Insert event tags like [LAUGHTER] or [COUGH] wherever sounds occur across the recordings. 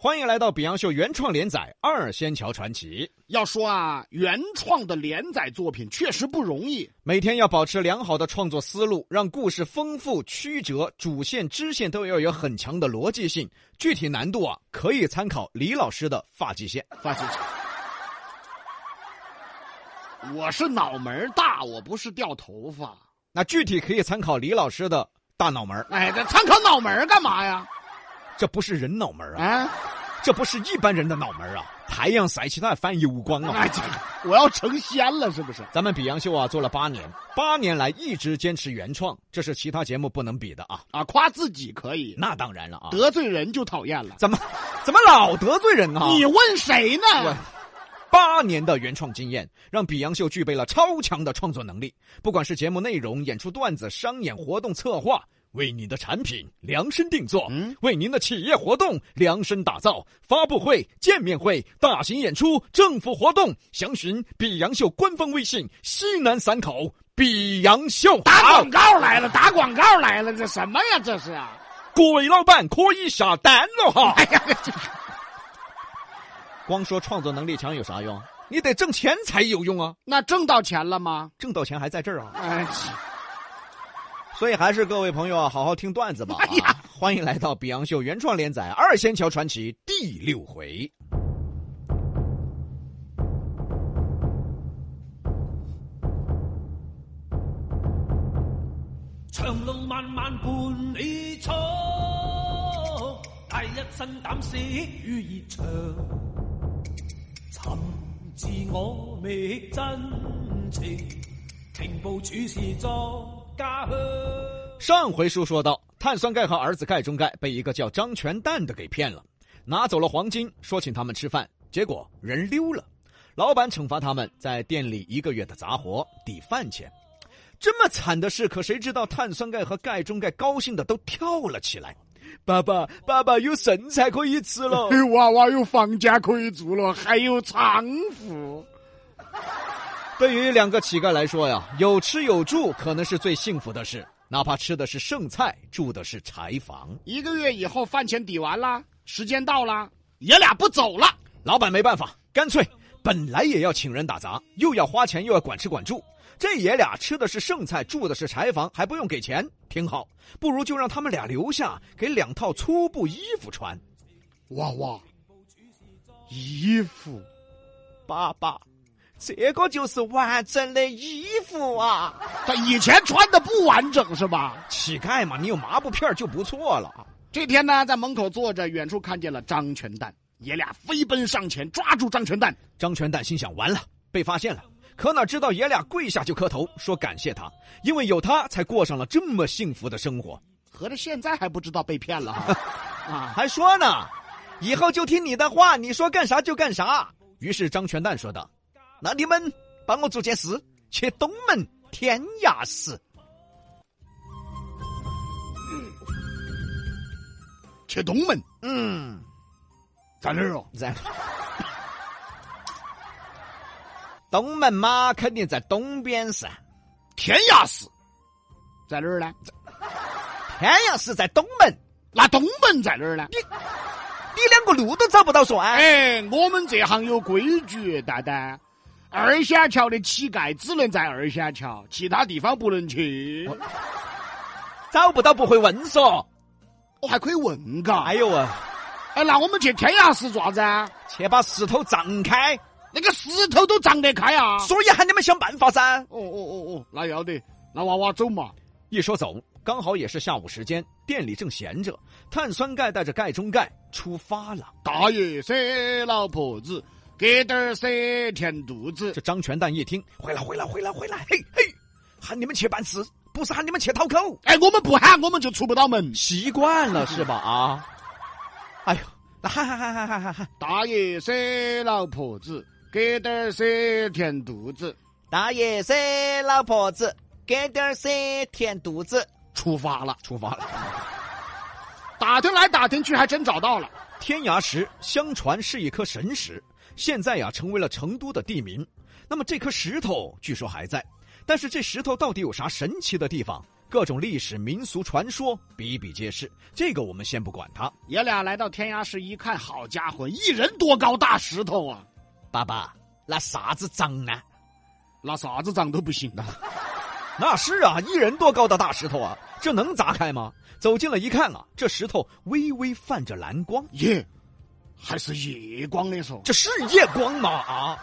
欢迎来到《比洋秀》原创连载《二仙桥传奇》，要说啊，原创的连载作品确实不容易。每天要保持良好的创作思路，让故事丰富、曲折，主线、支线都要有很强的逻辑性。具体难度啊，可以参考李老师的发际线。发现我是脑门儿大，我不是掉头发。那具体可以参考李老师的大脑门儿哎，这参考脑门儿干嘛呀？这不是人脑门儿啊，啊，这不是一般人的脑门儿啊！太阳晒起来反油光啊！哎，这我要成仙了是不是？咱们比洋秀啊做了八年，八年来一直坚持原创，这是其他节目不能比的啊。啊，夸自己可以，那当然了啊，得罪人就讨厌了。怎么怎么老得罪人啊？你问谁呢？我八年的原创经验，让比洋秀具备了超强的创作能力。不管是节目内容、演出段子、商演活动策划，为您的产品量身定做，嗯为您的企业活动量身打造。发布会、见面会、大型演出、政府活动，详询比洋秀官方微信：西南散口比洋秀。打好广告来了，打广告来了，这什么呀？这是啊！各位老板可以下单了哈。 [LAUGHS] 哎呀，这光说创作能力强有啥用？你得挣钱才有用啊！那挣到钱了吗？挣到钱还在这儿啊！哎，所以还是各位朋友啊，好好听段子吧、啊！哎呀 [LAUGHS] 欢迎来到《比洋秀》原创连载《二仙桥传奇》第六回。长路漫漫伴你闯，第一身胆死於熱場，尋自我覓真情，停步處事作家鄉。上回书说到，碳酸钙和儿子钙中钙被一个叫张全蛋的给骗了，拿走了黄金，说请他们吃饭，结果人溜了。老板惩罚他们在店里一个月的杂活抵饭钱。这么惨的事，可谁知道碳酸钙和钙中钙高兴的都跳了起来。爸爸，爸爸有剩菜可以吃了。哎娃娃有房间可以住了，还有娼妇。对于两个乞丐来说呀，有吃有住可能是最幸福的事，哪怕吃的是剩菜，住的是柴房。一个月以后饭钱抵完啦，时间到啦，爷俩不走了。老板没办法，干脆本来也要请人打杂，又要花钱，又要管吃管住。这爷俩吃的是剩菜，住的是柴房，还不用给钱，挺好。不如就让他们俩留下，给两套粗布衣服穿。娃娃，衣服，爸爸，这个就是完整的衣服啊！他以前穿的不完整是吧？乞丐嘛，你有麻布片儿就不错了啊。这天呢，在门口坐着，远处看见了张全蛋，爷俩飞奔上前抓住张全蛋。张全蛋心想：完了，被发现了。可哪知道爷俩跪下就磕头，说感谢他，因为有他才过上了这么幸福的生活。合着现在还不知道被骗了哈啊！还说呢，以后就听你的话，你说干啥就干啥。于是张全蛋说道：“那你们帮我做件事，去东门天涯寺。去东门，”嗯，在哪儿哦？在东门嘛，肯定在东边噻。天涯寺，在哪儿呢？天涯寺在东门，那东门在哪儿呢？你两个路都找不到说啊！哎，我们这行有规矩，蛋蛋。二仙桥的乞丐只能在二仙桥，其他地方不能去。我找不到不会问说。我还可以问嘎。哎哎，呦啊！那我们去天涯寺做啥子啊？去把石头胀开，那个石头都长得开啊！所以喊你们想办法噻。哦哦哦哦，那要得，那娃娃走嘛。一说走，刚好也是下午时间，店里正闲着，碳酸钙带着钙中钙出发了。大爷塞老婆子，给点儿塞填肚子。这张全蛋一听，回来回来回来回来，嘿嘿，喊你们去办事，不是喊你们去讨口，哎，我们不喊，我们就出不到门。习惯了是吧？啊，哎呦，那喊喊喊喊喊喊喊，大爷塞老婆子，给点儿塞填肚子。大爷噻，老婆子，给点噻，填肚子。出发了，出发了。打听来打听去，还真找到了。天涯石相传是一颗神石，现在呀成为了成都的地名。那么这颗石头据说还在，但是这石头到底有啥神奇的地方？各种历史民俗传说比比皆是。这个我们先不管它。爷俩来到天涯市一看，好家伙，一人多高大石头啊！爸爸，那啥子长呢？拿啥子杖都不行的。啊那是啊，一人多高的大石头啊，这能砸开吗？走近了一看啊，这石头微微泛着蓝光，耶，还是夜光的说。这是夜光吗？啊，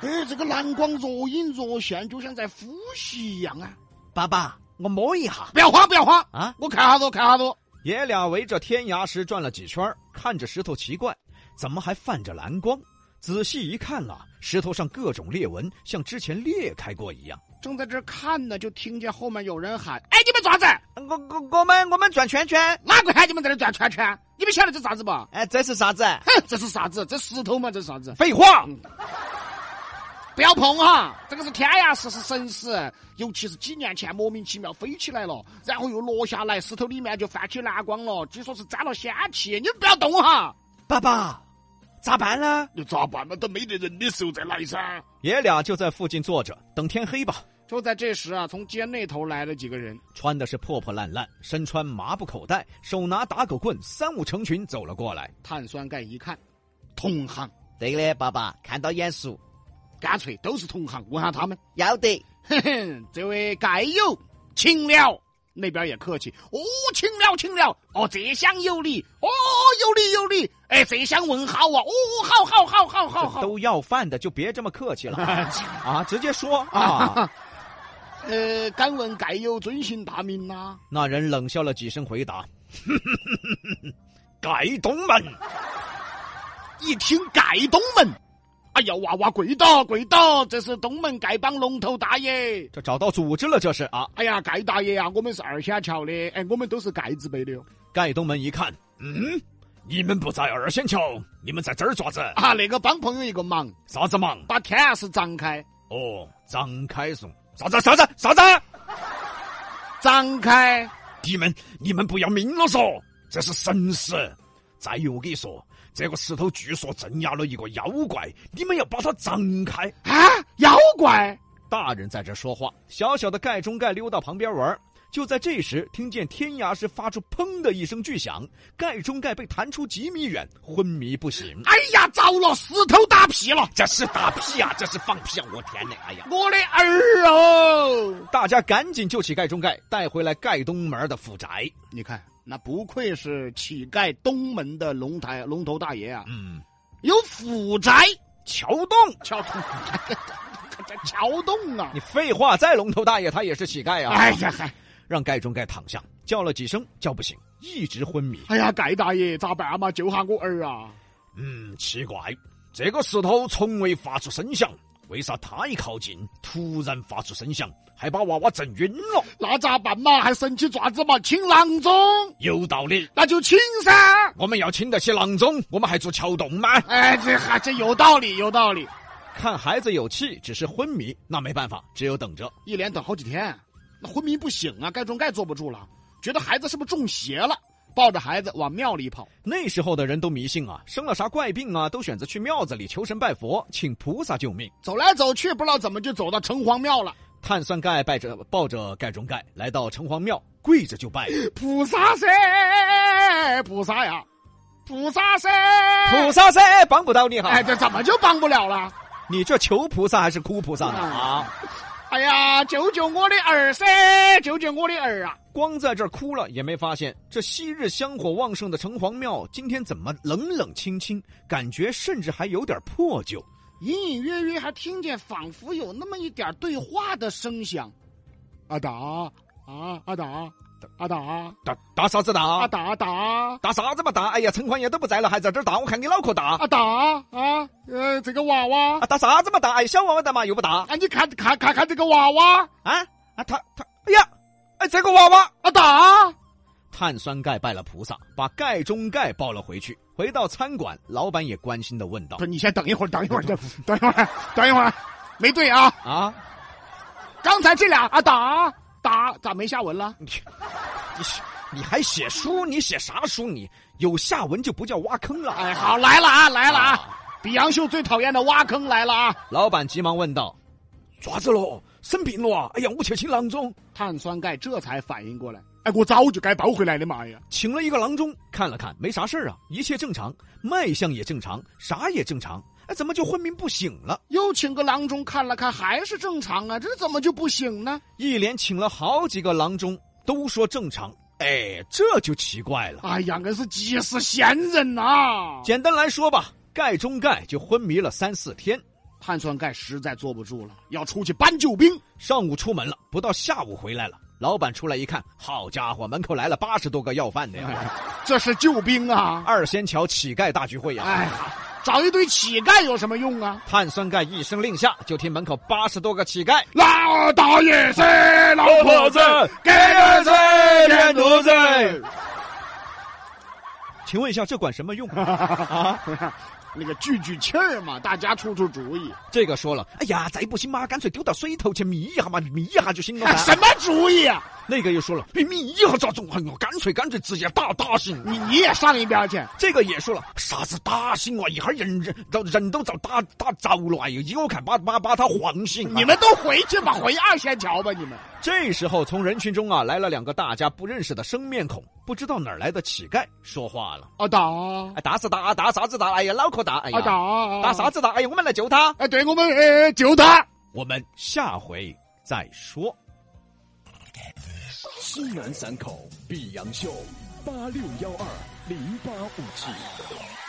哎，这个蓝光若隐若现，就像在呼吸一样啊！爸爸，我摸一下不要慌，不要慌啊！我看下子，我看下子。爷俩围着天涯石转了几圈儿，看着石头奇怪，怎么还泛着蓝光？仔细一看啊，石头上各种裂纹，像之前裂开过一样。正在这儿看呢，就听见后面有人喊：“哎，你们爪子？呃我我我们我们转圈圈，哪个喊你们在这儿转圈圈？你们晓得这啥子不？哎，这是啥子？哼，这是啥子？这石头嘛，这是啥子？废话，不要碰哈！这个是天涯石，是神石，尤其是几年前莫名其妙飞起来了，然后又落下来，石头里面就泛起蓝光了，据说是沾了仙气。你们不要动啊哈！爸爸，咋办啊呢？你咋办嘛？等没得人的时候再来噻。”爷俩就在附近坐着，等天黑吧。就在这时啊，从街那头来了几个人。穿的是破破烂烂，身穿麻布口袋，手拿打狗棍，三五成群走了过来。碳酸钙一看，同行，对的，爸爸，看到眼熟，干脆都是同行，问下他们。要得。哼哼， [LAUGHS] 这位盖友，请了。那边也客气，哦，请了，请了。哦，这厢有礼，哦，有礼有礼。哎，这厢问好啊，哦，好好好好好好。都要饭的就别这么客气 [LAUGHS] 了啊，直接说啊。呃，敢问盖友尊姓大名啊呐、那人冷笑了几声，回答：“ [LAUGHS] 盖东门。一听盖东门，哎呀，娃娃跪倒跪倒，这是东门丐帮龙头大爷。”这找到组织了，这是啊。哎呀，盖大爷啊，我们是二仙桥的，哎，我们都是盖字辈的哟。哦盖东门一看，嗯，你们不在二仙桥，你们在这儿爪子？啊，那个帮朋友一个忙，啥子忙？把天涯是张开，哦，张开送啥子啥子啥子？张开，你们你们不要命了嗦！这是神石。再有，我跟你说，这个石头据说镇压了一个妖怪，你们要把它张开。啊，妖怪，大人在这说话，小小的盖中盖溜到旁边玩儿。就在这时，听见天涯石发出“砰”的一声巨响，盖中盖被弹出几米远，昏迷不醒。哎呀，糟了，石头打屁了，这是打屁啊！这是放屁啊！我天哪！哎呀，我的儿哦！大家赶紧救起盖中盖，带回来盖东门的府宅。你看，那不愧是乞丐东门的龙台龙头大爷啊，嗯，有府宅，桥洞，桥洞，桥洞啊！你废话，再龙头大爷他也是乞丐呀、啊。哎呀，嗨。让盖中盖躺下，叫了几声叫不醒，一直昏迷。哎呀，盖大爷咋办嘛？救下我儿啊！嗯，奇怪，这个石头从未发出声响，为啥他一靠近突然发出声响，还把娃娃震晕了？那咋办嘛？还生气爪子嘛？请郎中，有道理，那就请噻。我们要请得起郎中，我们还做桥洞吗？哎，这还这有道理，有道理。看孩子有气，只是昏迷，那没办法，只有等着。一连等好几天，那昏迷不醒啊，盖中盖坐不住了，觉得孩子是不是中邪了，抱着孩子往庙里跑。那时候的人都迷信啊，生了啥怪病啊，都选择去庙子里求神拜佛，请菩萨救命。走来走去，不知道怎么就走到城隍庙了。碳酸钙拜着抱着盖中盖来到城隍庙，跪着就拜。菩萨噻，菩萨呀，菩萨噻，菩萨噻，帮不到你哈。哎，这怎么就帮不了了？你这求菩萨还是哭菩萨呢？啊，哎呀，救救我的儿噻！救救我的儿啊！光在这儿哭了也没发现，这昔日香火旺盛的城隍庙，今天怎么冷冷清清，感觉甚至还有点破旧。隐隐约约还听见，仿佛有那么一点对话的声响。阿达啊，阿达，阿达，打打啥子阿啊打？达达，打啥子嘛打？哎呀，城隍爷都不在了，还在这儿打，我看你脑壳大。阿达啊！呃，这个娃娃啊，打啥子嘛打？哎，小娃娃打嘛又不打啊，你看看看看这个娃娃，啊啊！他他，哎呀，哎这个娃娃。阿达，碳酸钙拜了菩萨，把钙中钙抱了回去。回到餐馆，老板也关心的问道不，：“你先等一会儿，等一会儿，等等一会儿，等一会儿，没对啊！啊，刚才这俩阿达达咋没下文了？你你写你还写书？你写啥书？你有下文就不叫挖坑了。哎，好，来了啊，来了啊！比杨秀最讨厌的挖坑来了啊！老板急忙问道：“爪子喽，生病了啊！哎呀，我去请郎中，碳酸钙这才反应过来，哎，我早就该包回来的嘛呀！请了一个郎中，看了看没啥事儿啊，一切正常，脉象也正常，啥也正常，哎，怎么就昏迷不醒了？又请个郎中看了看，还是正常啊，这怎么就不行呢？一连请了好几个郎中，都说正常，哎，这就奇怪了。哎呀，俺是急死闲人呐、简单来说吧，钙中钙就昏迷了三四天，碳酸钙实在坐不住了，要出去搬救兵。上午出门了，不到下午回来了。老板出来一看，好家伙，门口来了八十多个要饭的呀！ [LAUGHS] 哎，这是救兵啊！二仙桥乞丐大聚会呀！哎，找一堆乞丐有什么用啊？碳酸钙一声令下，就听门口八十多个乞丐老大爷是老婆子，给儿子点肚子。请问一下，这管什么 [LAUGHS] 用啊？那个聚聚气儿嘛，大家出出主意。这个说了，哎呀，再不行嘛，干脆丢到水头去迷一下嘛，迷一下就行了嘛。 [LAUGHS] 什么主意啊？那个又说了，哎迷一下咋中？哎呦，干脆干脆直接打打醒。你你也上一边去。这个也说了，啥子打醒啊？一会儿人人都人都遭打打着了，哎呦，一我看把把把他晃醒、啊你们都回去吧，回二仙桥吧，你们。这时候从人群中啊来了两个大家不认识的生面孔，不知道哪儿来的乞丐说话了，啊打哎，打是打，打啥子打？哎呀，脑壳打，哎呀，啊打打啥？子打？哎呀，我们来救他，哎，对我们呃救他。我们下回再说。西南散口碧阳秀八六幺二零八五七。